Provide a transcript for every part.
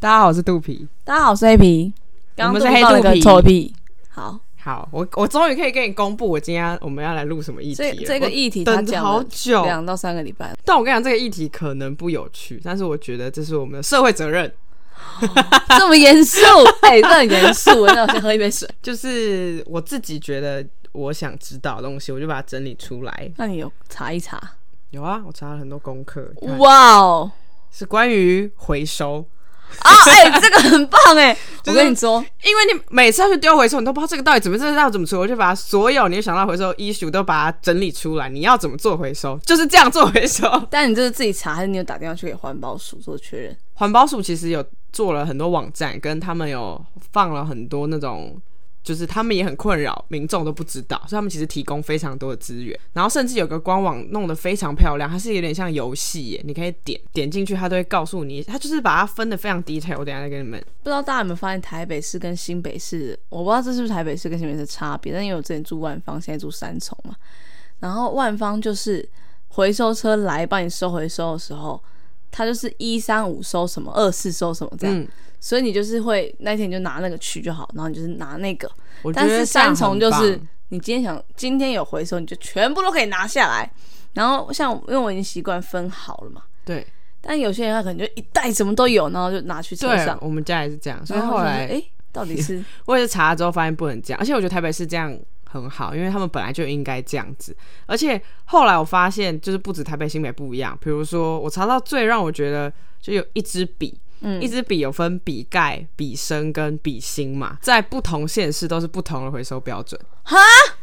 大家好，我是肚皮。大家好，我是黑皮，我刚们刚是度黑到了一肚个皮臭屁。好，好，我我终于可以跟你公布，我今天我们要来录什么议题这了。这个议题我他等讲好了久，两到三个礼拜，但我跟你讲，这个议题可能不有趣，但是我觉得这是我们的社会责任，这么严 肃，哎，这很严肃。那我先喝一杯水。就是我自己觉得我想知道的东西，我就把它整理出来。那你有查一查？有啊，我查了很多功课，你看哇哦，是关于回收，啊，哎，这个很棒 哎！就我是跟你说，因为你每次要去丢回收，你都不知道这个到底怎么这个要怎么处理，我就把所有你想到回收 issue 都把它整理出来，你要怎么做回收，就是这样做回收。但你这是自己查，还是你有打电话去给环保署做确认？环保署其实有做了很多网站，跟他们有放了很多那种，就是他们也很困扰，民众都不知道，所以他们其实提供非常多的资源。然后甚至有个官网弄得非常漂亮，它是有点像游戏耶，你可以点点进去，它都会告诉你，它就是把它分的非常 detail。我等一下再跟你们。不知道大家有没有发现台北市跟新北市，我不知道这是不是台北市跟新北市的差别，但因为我之前住万方，现在住三重嘛，然后万方就是回收车来帮你收回收的时候，它就是一三五收什么，二四收什么这样，嗯，所以你就是会那天你就拿那个去就好，然后你就是拿那个，我觉但得是这样三重就很是棒你今天想今天有回收，你就全部都可以拿下来，然后像因为我已经习惯分好了嘛，对但有些人他可能就一袋什么都有，然后就拿去车对上，，我们家也是这样，所以然后后我想说来诶到 底是？我也是查了之后发现不能这样，而且我觉得台北市这样很好，因为他们本来就应该这样子。而且后来我发现，就是不止台北、新北不一样，比如说我查到最让我觉得就有一支笔，嗯一支笔有分笔盖、笔身跟笔芯嘛，在不同县市都是不同的回收标准，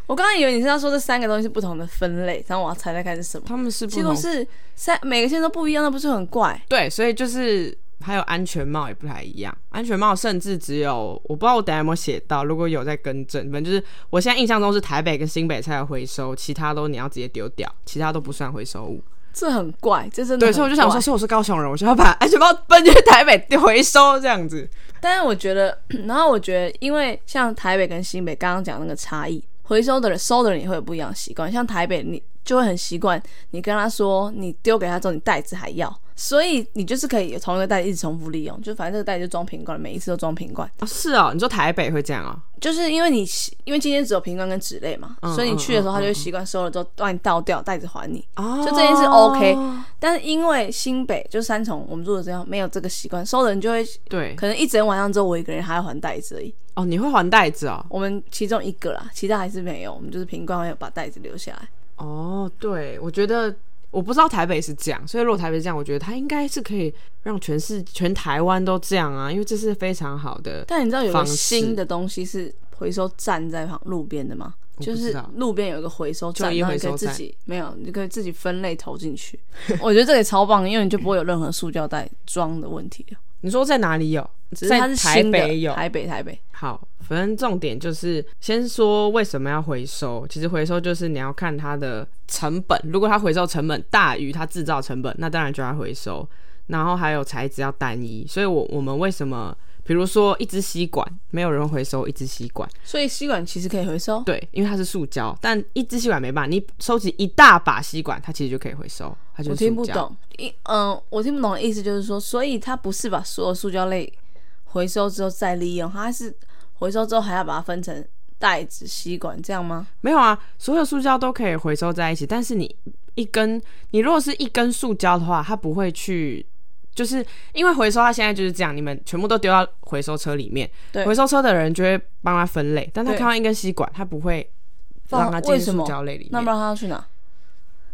我刚刚以为你是要说这三个东西是不同的分类，然后我要猜猜看是什么，他们是不结果同是三每个线都不一样，那不是很怪？对，所以就是还有安全帽也不太一样，安全帽甚至只有我不知道我等下有没有写到，如果有再更正。反正就是我现在印象中是台北跟新北才有回收，其他都你要直接丢掉，其他都不算回收物。这很怪，这 真的对，很所以我就想说，怪，所以我是高雄人，我就要把安全帽搬去台北丢回收这样子。但是我觉得， 然后我觉得，因为像台北跟新北刚刚讲那个差异，回收的人收的人也会有不一样的习惯，像台北你就会很习惯，你跟他说你丢给他之后，你袋子还要。所以你就是可以同一个袋子一直重复利用，就反正这个袋子就装瓶罐，每一次都装瓶罐。哦，是哦，你说台北会这样哦？就是因为你习因为今天只有瓶罐跟纸类嘛，嗯所以你去的时候嗯他就会习惯收了之后帮你倒掉，袋子还你。哦就这件事 OK 但是因为新北就三重我们住的这样没有这个习惯，收的人就会对，可能一整晚上之后我一个人还要还袋子而已。哦，你会还袋子哦？我们其中一个啦，其他还是没有，我们就是瓶罐会有把袋子留下来。哦，对，我觉得我不知道台北是这样，所以如果台北是这样，我觉得它应该是可以让全市全台湾都这样啊，因为这是非常好的。但你知道有个方式新的东西是回收站在旁路边的吗？我不就知是道路边有一个回收站，就医然后回你收可以自站己没有，你可以自己分类投进去。我觉得这个也超棒，因为你就不会有任何塑胶袋装的问题了。你说在哪里有？只是它在是台新的北有。台北台北，好，反正重点就是先说为什么要回收。其实回收就是你要看它的成本，如果它回收成本大于它制造成本，那当然就要回收。然后还有材质要单一，所以我我们为什么，比如说一支吸管，没有人回收一支吸管。所以吸管其实可以回收。对，因为它是塑胶，但一支吸管没办法，你收集一大把吸管，它其实就可以回收，它就我是听塑不胶。懂，一嗯，我听不懂的意思就是说，所以它不是把所有塑胶类回收之后再利用，它是回收之后还要把它分成袋子、吸管这样吗？没有啊，所有塑胶都可以回收在一起，但是你一根，你如果是一根塑胶的话，它不会去。就是因为回收，它现在就是这样，你们全部都丢到回收车里面，对回收车的人就会帮它分类，但他对看到一根吸管，他不会让放它进为入什塑么？胶类里那面不。然他要去哪？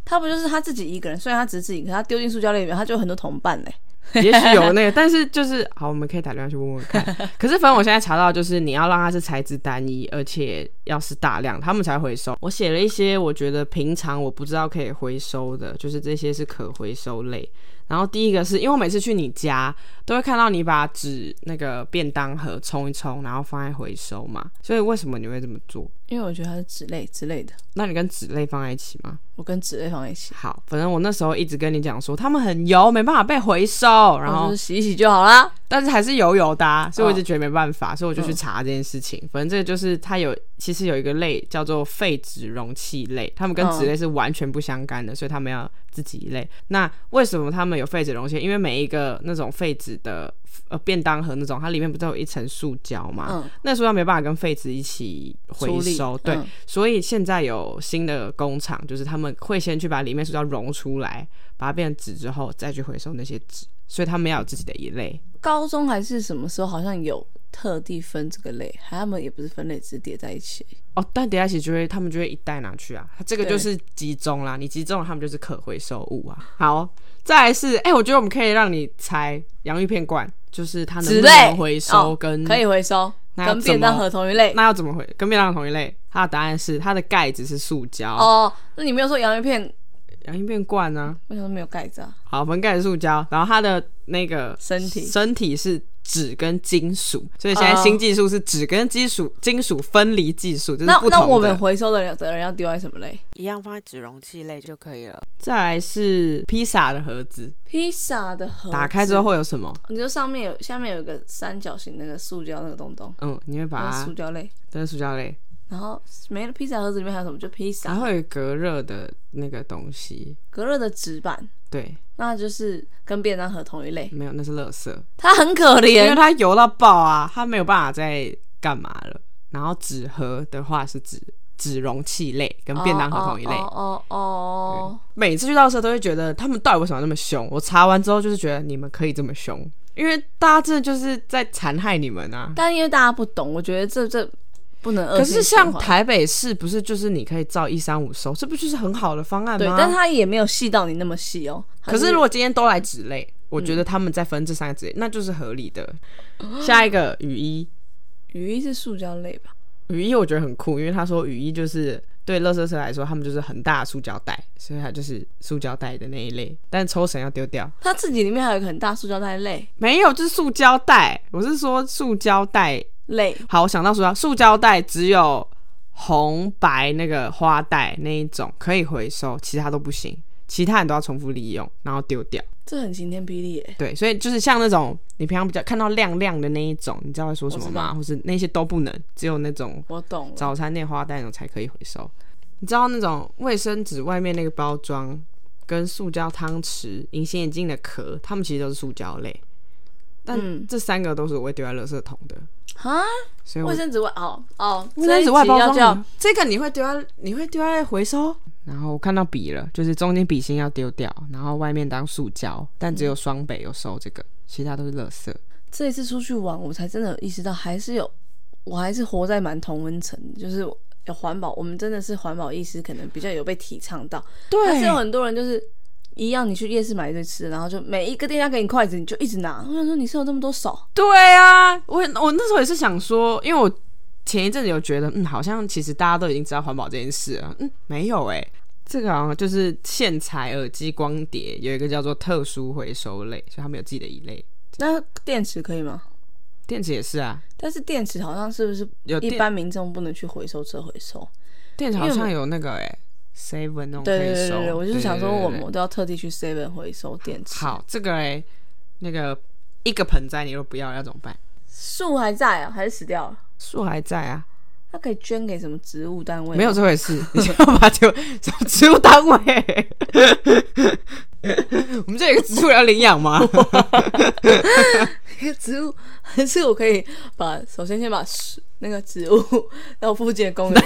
他不就是他自己一个人？虽然他只是自己一个人，可他丢进塑胶类里面，他就有很多同伴嘞。也许有那个，但是就是好，我们可以打电话去问问看。可是反正我现在查到，就是你要让它是材质单一，而且要是大量，他们才回收。我写了一些我觉得平常我不知道可以回收的，就是这些是可回收类。然后第一个是因为我每次去你家都会看到你把纸那个便当盒冲一冲，然后放在回收嘛，所以为什么你会这么做？因为我觉得他是纸类之类的，那你跟纸类放在一起吗？我跟纸类放在一起，好，反正我那时候一直跟你讲说，他们很油，没办法被回收，然后就是洗一洗就好啦。但是还是油油的、啊，所以我一直嗯觉得没办法，所以我就去查这件事情。反正这个就是它有，其实有一个类叫做废纸容器类，它们跟嗯纸类是完全不相干的，所以他们要自己一类。那为什么他们有有废纸容器，因为每一个那种废纸的呃便当盒那种，它里面不都有一层塑胶嘛？嗯那塑胶没办法跟废纸一起啊回处理收，对，嗯所以现在有新的工厂，就是他们会先去把里面塑胶溶出来，把它变成纸之后，再去回收那些纸，所以他们要有自己的一类。高中还是什么时候好像有特地分这个类，还他们也不是分类，只是叠在一起。哦，但叠在一起就会，他们就会一袋拿去啊。这个对就是集中啦，你集中了，他们就是可回收物啊。好，再来是，哎、我觉得我们可以让你猜洋芋片罐，就是它能纸不类能回收哦跟、可以回收，那要跟怎么便当盒同一类。那要怎么回跟便当同一类？它的答案是它的盖子是塑胶，哦，那你没有说洋芋片，洋芋片罐呢、为什么没有盖子啊？好，我们盖子塑胶，然后它的那个身体身体是纸跟金属，所以现在哦新技术是纸跟金属金属分离技术，就是那不同的。那我们回收的人的人要丢在什么类？一样放在纸容器类就可以了。再来是披萨的盒子，披萨的盒打开之后，会有什么？你就上面有下面有一个三角形那个塑胶那个东东，嗯，你会把那是塑它胶类。跟塑胶类，然后没了，披萨盒子里面还有什么？就披然萨、后有隔热的那个东西，隔热的纸板，对，那就是跟便当盒同一类。没有，那是垃圾，它很可因为怜，它油到爆啊，它没有办法再干嘛了。然后纸盒的话是纸纸容器类，跟便当盒同一类。哦哦哦哦，每次去到的时候都会觉得他们到底为什么要那么凶？我查完之后就是觉得你们可以这么凶，因为大家真的就是在残害你们啊。但因为大家不懂，我觉得这这不能恶可性是循环。像台北市不是就是你可以照一三五收，这不就是很好的方案吗？对，但它也没有细到你那么细哦。啊可是如果今天都来纸类，嗯我觉得他们再分这三个纸类，那就是合理的。哦下一个雨衣，雨衣是塑胶类吧？雨衣我觉得很酷，因为他说雨衣就是对垃圾车来说，他们就是很大的塑胶袋，所以它就是塑胶袋的那一类，但抽绳要丢掉。它自己里面还有一个很大塑胶袋类没有，就是塑胶袋。我是说塑胶袋。类，好，我想到塑胶，塑胶袋只有红白那个花袋那一种可以回收，其他都不行，其他人都要重复利用，然后丢掉。这很晴天霹雳耶。对，所以就是像那种你平常比较看到亮亮的那一种，你知道在说什么我知吗？道或是那些都不能，只有那种我懂了，早餐店花袋那种才可以回收。你知道那种卫生纸外面那个包装，跟塑胶汤匙、隐形眼镜的壳，它们其实都是塑胶类，但嗯这三个都是我会丢在垃圾桶的，啊，所以我卫生纸外哦哦，卫生纸外包这一装里集要叫面，这个你会丢在你会丢在回收。然后我看到笔了，就是中间笔芯要丢掉，然后外面当塑胶，但只有双北有收这个，其他都是垃圾。这一次出去玩，我才真的有意识到，还是有，我还是活在蛮同温层，就是有环保，我们真的是环保意识可能比较有被提倡到，但是有很多人就是一样，你去夜市买一堆吃的，然后就每一个店家给你筷子，你就一直拿。我想说你是有这么多手，对啊，我我那时候也是想说，因为我前一阵子有觉得，嗯，好像其实大家都已经知道环保这件事了，嗯，没有哎、这个好像就是线材、耳机、光碟，有一个叫做特殊回收类，所以他们有自己的一类。那电池可以吗？电池也是啊，但是电池好像是不是有一电般民众不能去回收车回收？电池好像有那个哎、seven 那种对可对以对收对，对，我就是想说我对对们对我都要特地去 Seven 回收电池。好这个哎、那个一个盆栽你都不要要怎么办？树还在啊，还是死掉了？树还在啊，它可以捐给什么植物单位吗？没有这回事， 你就要把丢什么植物单位？ 我们这有一个植物要领养吗？那个 植物，还是我可以把首先先把树那个植物 到附近的 公园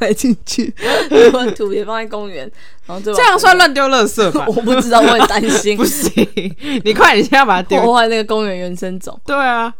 买进去，然后土也放在公园，然后就把这样算乱丢垃圾吧？我不知道，我很担 心不行，你快，你现在把它丢。 破坏那个公园原生种。对啊，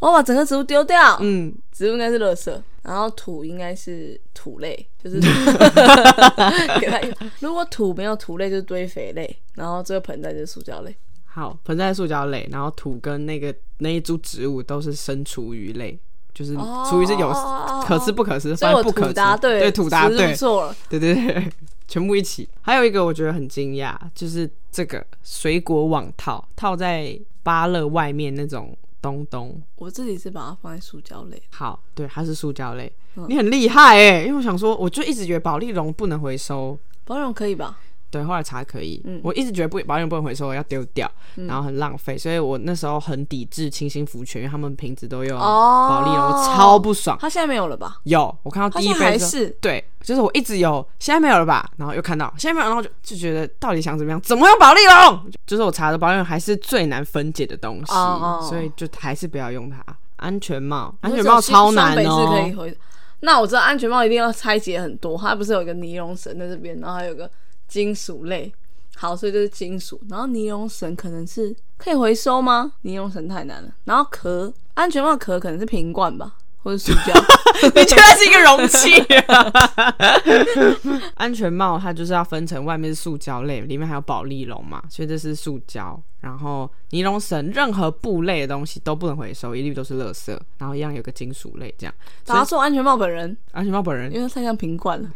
我把整个植物丢掉，嗯，植物应该是垃圾，然后土应该是土类，就 是 给它一。如果土没有土类，就是堆肥类，然后这个盆栽就是塑胶类。好，盆栽塑胶类，然后土跟那个那一株植物都是生厨余类，就是哦厨余是有哦哦哦哦可吃不可吃，所反以我正不可土吃答。对，对，土答植入对，错了。对对对，全部一起。还有一个我觉得很惊讶，就是这个水果网套套在芭乐外面那种东东。我自己是把它放在塑胶类，好，对，它是塑胶类，嗯欸你很厉害哎、因为我想说，我就一直觉得保利龙不能回收，保养可以吧？对，后来查可以。嗯我一直觉得不保险不能回收，要丢掉，然后很浪费，所以我那时候很抵制清新福泉，因为他们瓶子都用哦保利龙，我超不爽。他哦现在没有了吧？有，我看到他第一现在杯还之后是对，就是我一直有，现在没有了吧？然后又看到，现在没有，然后就就觉得到底想怎么样？怎么用保利龙？就是我查的保利龙还是最难分解的东西，哦哦所以就还是不要用它。安全帽，安你全说帽只有超西双难北哦、是可以回。那我知道安全帽一定要拆解很多，它不是有一个尼龙绳在这边，然后还有个金属类。好，所以就是金属，然后尼龙绳可能是可以回收吗？尼龙绳太难了。然后壳，安全帽壳可能是瓶罐吧，或者塑 胶。你居然是一个容器、 安全帽它就是要分成外面是塑胶类，里面还有保丽龙嘛，所以这是塑胶。然后尼龙绳，任何布类的东西都不能回收，一律都是垃圾。然后一样有个金属类这样。打错安全帽本人，安全帽本 人因为它太像瓶罐了。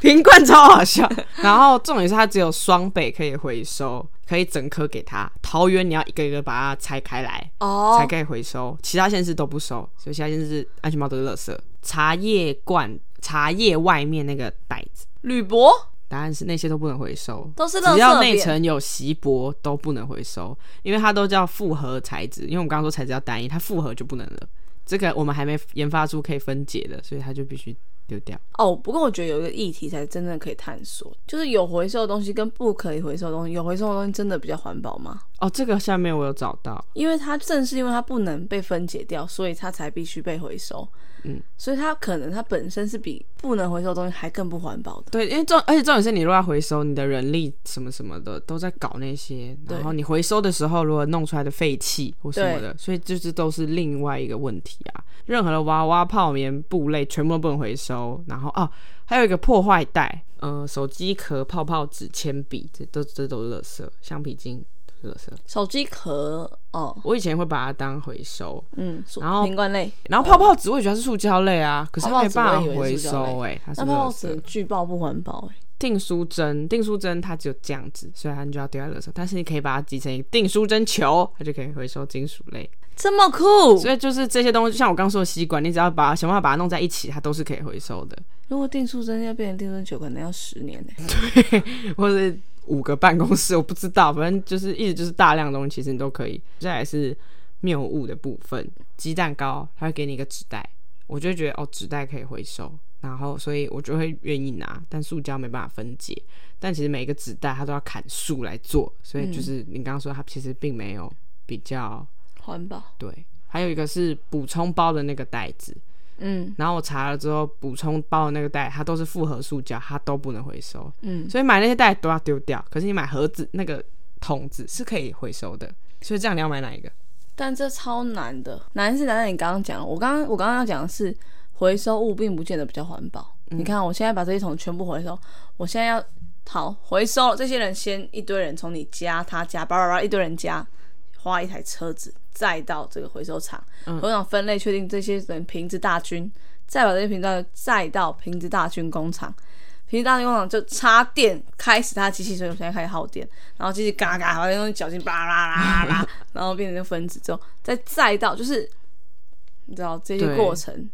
瓶罐超好笑。然后重点是它只有双倍可以回收，可以整颗给他。桃园你要一个一个把它拆开来，哦才可以回收，其他县市都不收，所以其他县市安全帽都是垃圾。茶叶罐、茶叶外面那个袋子，铝箔答案是那些都不能回收，都是垃圾只要内扁层有锡箔都不能回收，因为它都叫复合材质，因为我们刚刚说材质要单一，它复合就不能了。这个我们还没研发出可以分解的，所以它就必须丢掉。哦，不过我觉得有一个议题才真正可以探索，就是有回收的东西跟不可以回收的东西，有回收的东西真的比较环保吗？哦，这个下面我有找到，因为它正是因为它不能被分解掉，所以它才必须被回收。嗯，所以它可能它本身是比不能回收的东西还更不环保的。对，因为重而且重点是你如果要回收，你的人力什么什么的都在搞那些，对然后你回收的时候如果弄出来的废气或什么的，所以就是都是另外一个问题啊。任何的娃娃、泡棉、布类全部都不能回收，然后哦，还有一个破坏袋，呃，手机壳、泡泡纸、铅笔，这都这都是垃圾，橡皮筋都是垃圾。手机壳哦，我以前会把它当回收，嗯，塑然后瓶罐类，然后泡泡纸我也觉得它是塑胶类啊，可是它没哦泡泡办纸法我也以回为是塑胶类收哎、欸，它是那泡泡垃纸圾。巨爆不环保哎、订书针，订书针它只有这样子，所以它就要丢在垃圾。但是你可以把它集成一个订书针球，它就可以回收金属类。这么酷！所以就是这些东西，像我刚说的吸管，你只要把它想办法把它弄在一起，它都是可以回收的，如果订书针要变成订书球，可能要十年欸呢、或是五个办公室，我不知道，反正就是一直就是大量的东西，其实你都可以。再来是谬误的部分，鸡蛋糕它会给你一个纸袋，我就会觉得哦，纸袋可以回收，然后所以我就会愿意拿，但塑胶没办法分解。但其实每一个纸袋它都要砍树来做，所以就是你刚刚说它其实并没有比较环保。对。还有一个是补充包的那个袋子，嗯然后我查了之后，补充包的那个袋它都是复合塑胶，它都不能回收，嗯，所以买那些袋都要丢掉。可是你买盒子那个桶子是可以回收的，所以这样你要买哪一个？但这超难的，难是难在你刚刚讲的，我刚刚我刚刚要讲的是回收物并不见得比较环保。嗯你看，我现在把这些桶全部回收，我现在要好回收了这些人先一堆人从你家他家叭叭叭一堆人家，花一台车子再到这个回收厂，嗯回收厂分类确定这些人瓶子大军，再把这些瓶子大军再到瓶子大军工厂。瓶子大军工厂就插电开始它的机器，所以我们现在开始耗电，然后机器嘎嘎把那东西搅进叭啦啦啦啦，然后变成分子之后，再再到就是你知道这些对过程，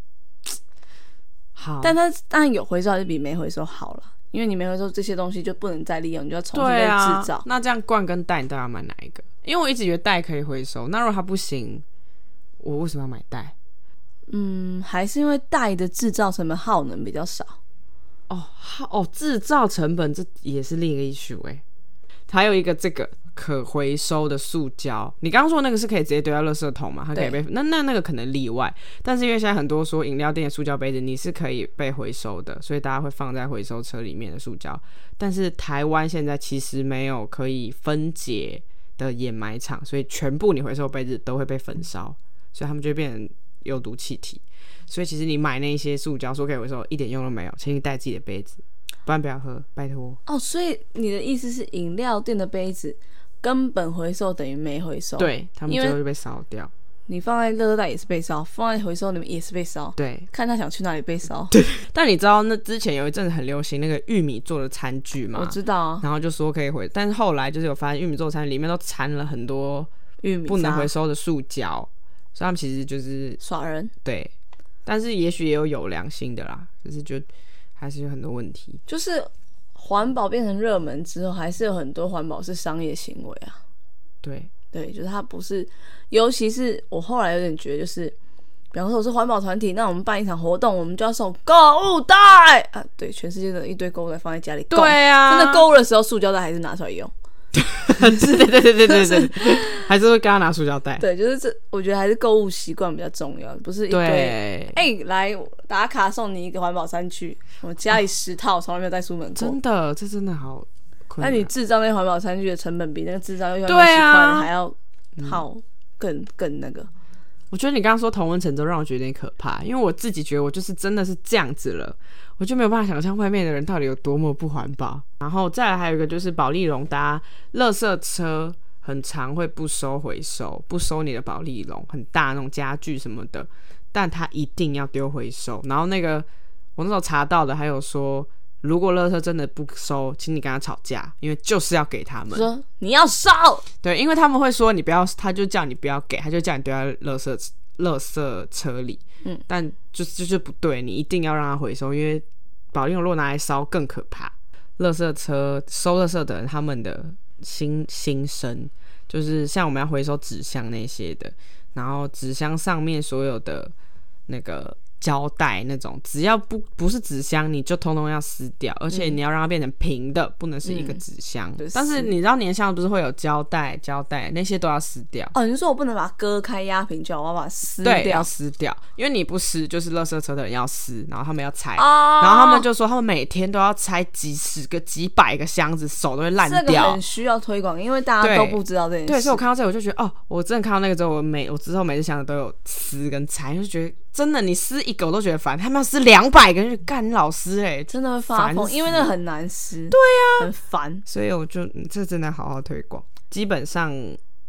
好，但它当然有回收还是比没回收好了，因为你没回收这些东西就不能再利用，你就要重新对再啊制造。，那这样罐跟袋你到底要买哪一个？因为我一直觉得袋可以回收，那如果它不行，我为什么要买袋？嗯，还是因为袋的制造成本耗能比较少。哦，好哦，制造成本这也是另一个 issue 哎、还有一个这个可回收的塑胶，你刚刚说那个是可以直接丢到垃圾桶嘛？它可以对被那那那个可能例外，但是因为现在很多说饮料店的塑胶杯子你是可以被回收的，所以大家会放在回收车里面的塑胶。但是台湾现在其实没有可以分解的掩埋场，所以全部你回收杯子都会被焚烧，所以他们就会变成有毒气体。所以其实你买那些塑胶说可以回收，一点用都没有，请你带自己的杯子，不然不要喝，拜托。哦，所以你的意思是饮料店的杯子根本回收等于没回收？，对他们因最为后就被烧掉。你放在垃圾袋也是被烧，放在回收里面也是被烧，对，看他想去哪里被烧。但你知道那之前有一阵子很流行那个玉米做的餐具吗？我知道啊，然后就说可以回，但是后来就是有发现玉米做的餐具里面都掺了很多玉米不能渣回收的塑胶，所以他们其实就是耍人。对，但是也许也有有良心的啦，就是就还是有很多问题。就是环保变成热门之后，还是有很多环保是商业行为啊。对，对，就是它不是，尤其是我后来有点觉得，就是比方说我是环保团体，那我们办一场活动，我们就要送购物袋啊。对，全世界的一堆购物袋放在家里，对啊真的购物的时候，塑胶袋还是拿出来用。是， 对对对对对对， 还是会跟他拿塑胶袋。对，就是这，我觉得还是购物习惯比较重要，不是一堆。对，哎、来打卡送你一个环保餐具，我家里十套，从来没有带出门过真。的，这真的好困那难。你制造那些环保餐具的成本比那个制造用对啊还要好，更更那个。我觉得你刚刚说同温层都让我觉得有点可怕，因为我自己觉得我就是真的是这样子了，我就没有办法想象外面的人到底有多么不环保。然后再来还有一个就是保利龙搭垃圾车，很常会不收回收，不收你的保利龙，很大那种家具什么的，但它一定要丢回收。然后那个我那时候查到的还有说，如果垃圾真的不收，请你跟他吵架，因为就是要给他们。说你要烧，对，因为他们会说你不要，他就叫你不要给，他就叫你丢在垃圾垃圾车里。嗯，但就就是不对，你一定要让它回收，因为保利龙若拿来烧更可怕。垃圾车收垃圾的人他们的心心声就是像我们要回收纸箱那些的，然后纸箱上面所有的那个胶带那种，只要不不是纸箱，你就通通要撕掉，而且你要让它变成平的，不能是一个纸箱。嗯对但是撕你知道粘箱不是会有胶带、胶带那些都要撕掉。哦，你是说我不能把它割开压平就好，我要把它撕对，掉要撕掉，因为你不撕，就是垃圾车的人要撕，然后他们要拆，啊？然后他们就说他们每天都要拆几十个、几百个箱子，手都会烂这个掉很。需要推广，因为大家对都不知道这件事。对，所以我看到这个我就觉得，哦，我真的看到那个之后，我每我之后每次想的都有撕跟拆，就觉得真的，你撕一个我都觉得烦，他们要撕两百个，就觉得干你老师哎、真的会发烦疯，死因为那很难撕。对呀、很烦。所以我就嗯这真的好好推广。基本上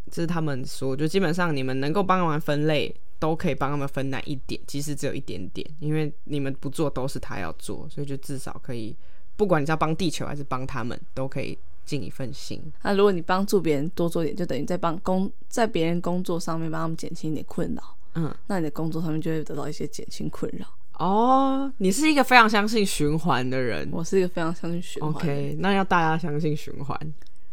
这是他们说，就基本上你们能够帮他们分类，都可以帮他们分哪一点，其实只有一点点，因为你们不做都是他要做，所以就至少可以，不管你是要帮地球还是帮他们，都可以尽一份心。那如果你帮助别人多做一点，就等于在帮工在别人工作上面帮他们减轻一点困扰。嗯，那你的工作上面就会得到一些减轻困扰。哦，你是一个非常相信循环的人。我是一个非常相信循环的人 OK，那要大家相信循环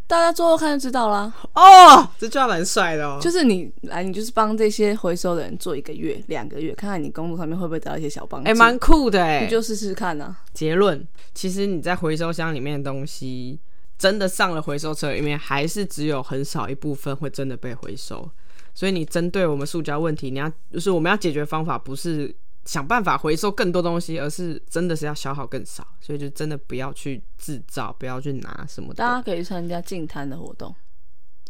大家做做看就知道啦。哦，这句话蛮帅的哦。就是你来，你就是帮这些回收的人做一个月、两个月，看看你工作上面会不会得到一些小帮助。哎，蛮、酷的哎你。就试试看啊。结论，其实你在回收箱里面的东西，真的上了回收车里面，还是只有很少一部分会真的被回收。所以你针对我们塑胶问题，你要就是我们要解决方法，不是想办法回收更多东西，而是真的是要消耗更少。所以就真的不要去制造，不要去拿什么的。大家可以参加净滩的活动，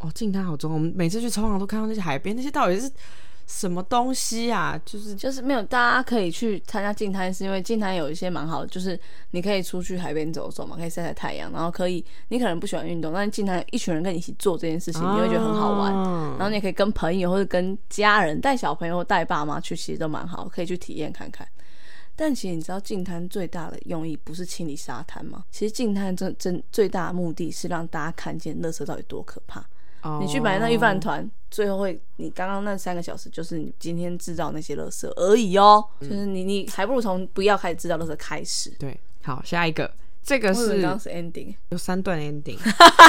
哦，近滩好重要，我们每次去冲浪都看到那些海边，那些到底是什么东西啊？就是就是没有大家可以去参加净滩，是因为净滩有一些蛮好的，就是你可以出去海边走走嘛，可以晒晒太阳，然后可以你可能不喜欢运动，但是净滩有一群人跟你一起做这件事情，你会觉得很好玩。啊然后你也可以跟朋友或者跟家人带小朋友、带爸妈去，其实都蛮好，可以去体验看看。但其实你知道净滩最大的用意不是清理沙滩吗？其实净滩真真最大的目的是让大家看见垃圾到底多可怕。你去买那预哦饭团，最后会你刚刚那三个小时就是你今天制造那些垃圾而已哦，嗯就是你你还不如从不要开始制造垃圾开始。对，好，下一个，这个我以为是你刚刚是 ending，有三段 ending，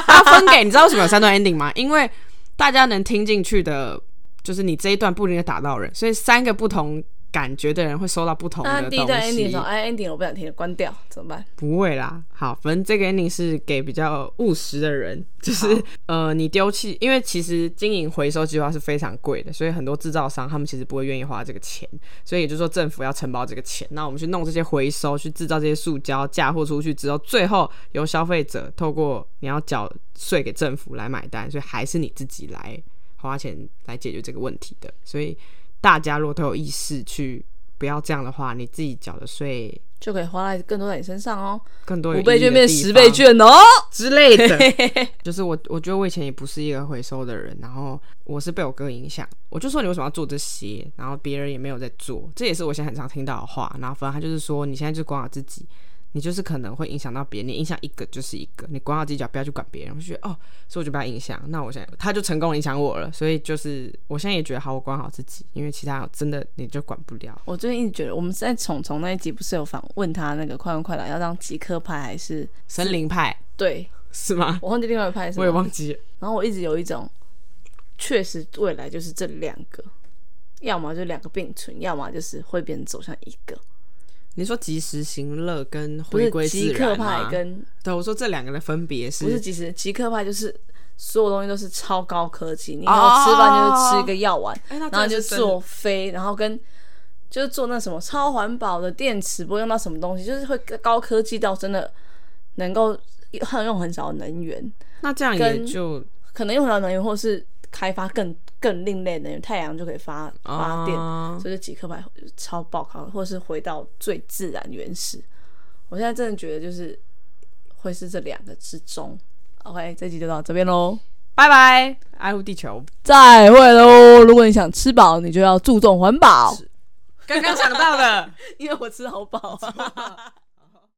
它 分给你知道为什么有三段 ending 吗？因为大家能听进去的，就是你这一段不一定会打到人，所以三个不同感觉的人会收到不同那的第一段东 ending 的西时候，。哎 ending 了我不想听了，关掉怎么办？不会啦，好，反正这个 ending 是给比较务实的人， 就是呃，你丢弃，因为其实经营回收计划是非常贵的，所以很多制造商他们其实不会愿意花这个钱，所以也就是说政府要承包这个钱，那我们去弄这些回收，去制造这些塑胶，嫁祸出去之后，最后由消费者透过你要缴税给政府来买单，所以还是你自己来花钱来解决这个问题的。所以大家如果都有意识去不要这样的话，你自己缴的税就可以花在更多在你身上哦，更多有五意倍义的券变地十倍方券哦。之类的。就是我，我觉得我以前也不是一个回收的人，然后我是被我哥影响，我就说你为什么要做这些，然后别人也没有在做，这也是我现在很常听到的话。然后反正他就是说，你现在就管好自己，你就是可能会影响到别人，你影响一个就是一个，你管好自己脚，不要去管别人。我就觉得哦，所以我就被他影响。那我现在他就成功影响我了，所以就是我现在也觉得好，我管好自己，因为其他真的你就管不了。我最近一直觉得，我们在虫虫那一集不是有访问他那个快问快答要当极客派还是森林派对是吗？我忘记另外一个派是什我也么，忘记了。然后我一直有一种，确实未来就是这两个，要么就两个并存，要么就是会变成走向一个，你说及时行乐跟不回是归自极客然派吗？跟对，我说这两个的分别不是是即时极客派就是。所有东西都是超高科技，你哦要吃饭就是吃一个药丸哎那真的然后就是真的做飞，然后跟就是做那什么超环保的电池，不会用到什么东西，就是会高科技到真的能够很用很少的能源，那这样也跟就可能用很少能源，或是开发更更另类的能源，太阳就可以发发电，哦所以就极刻派超爆烤，或是回到最自然原始。我现在真的觉得就是会是这两个之中。OK，这集就到这边喽。拜拜，爱护地 球。再会喽！如果你想吃饱，你就要注重环保， 刚刚讲到的。 因为我吃好饱啊。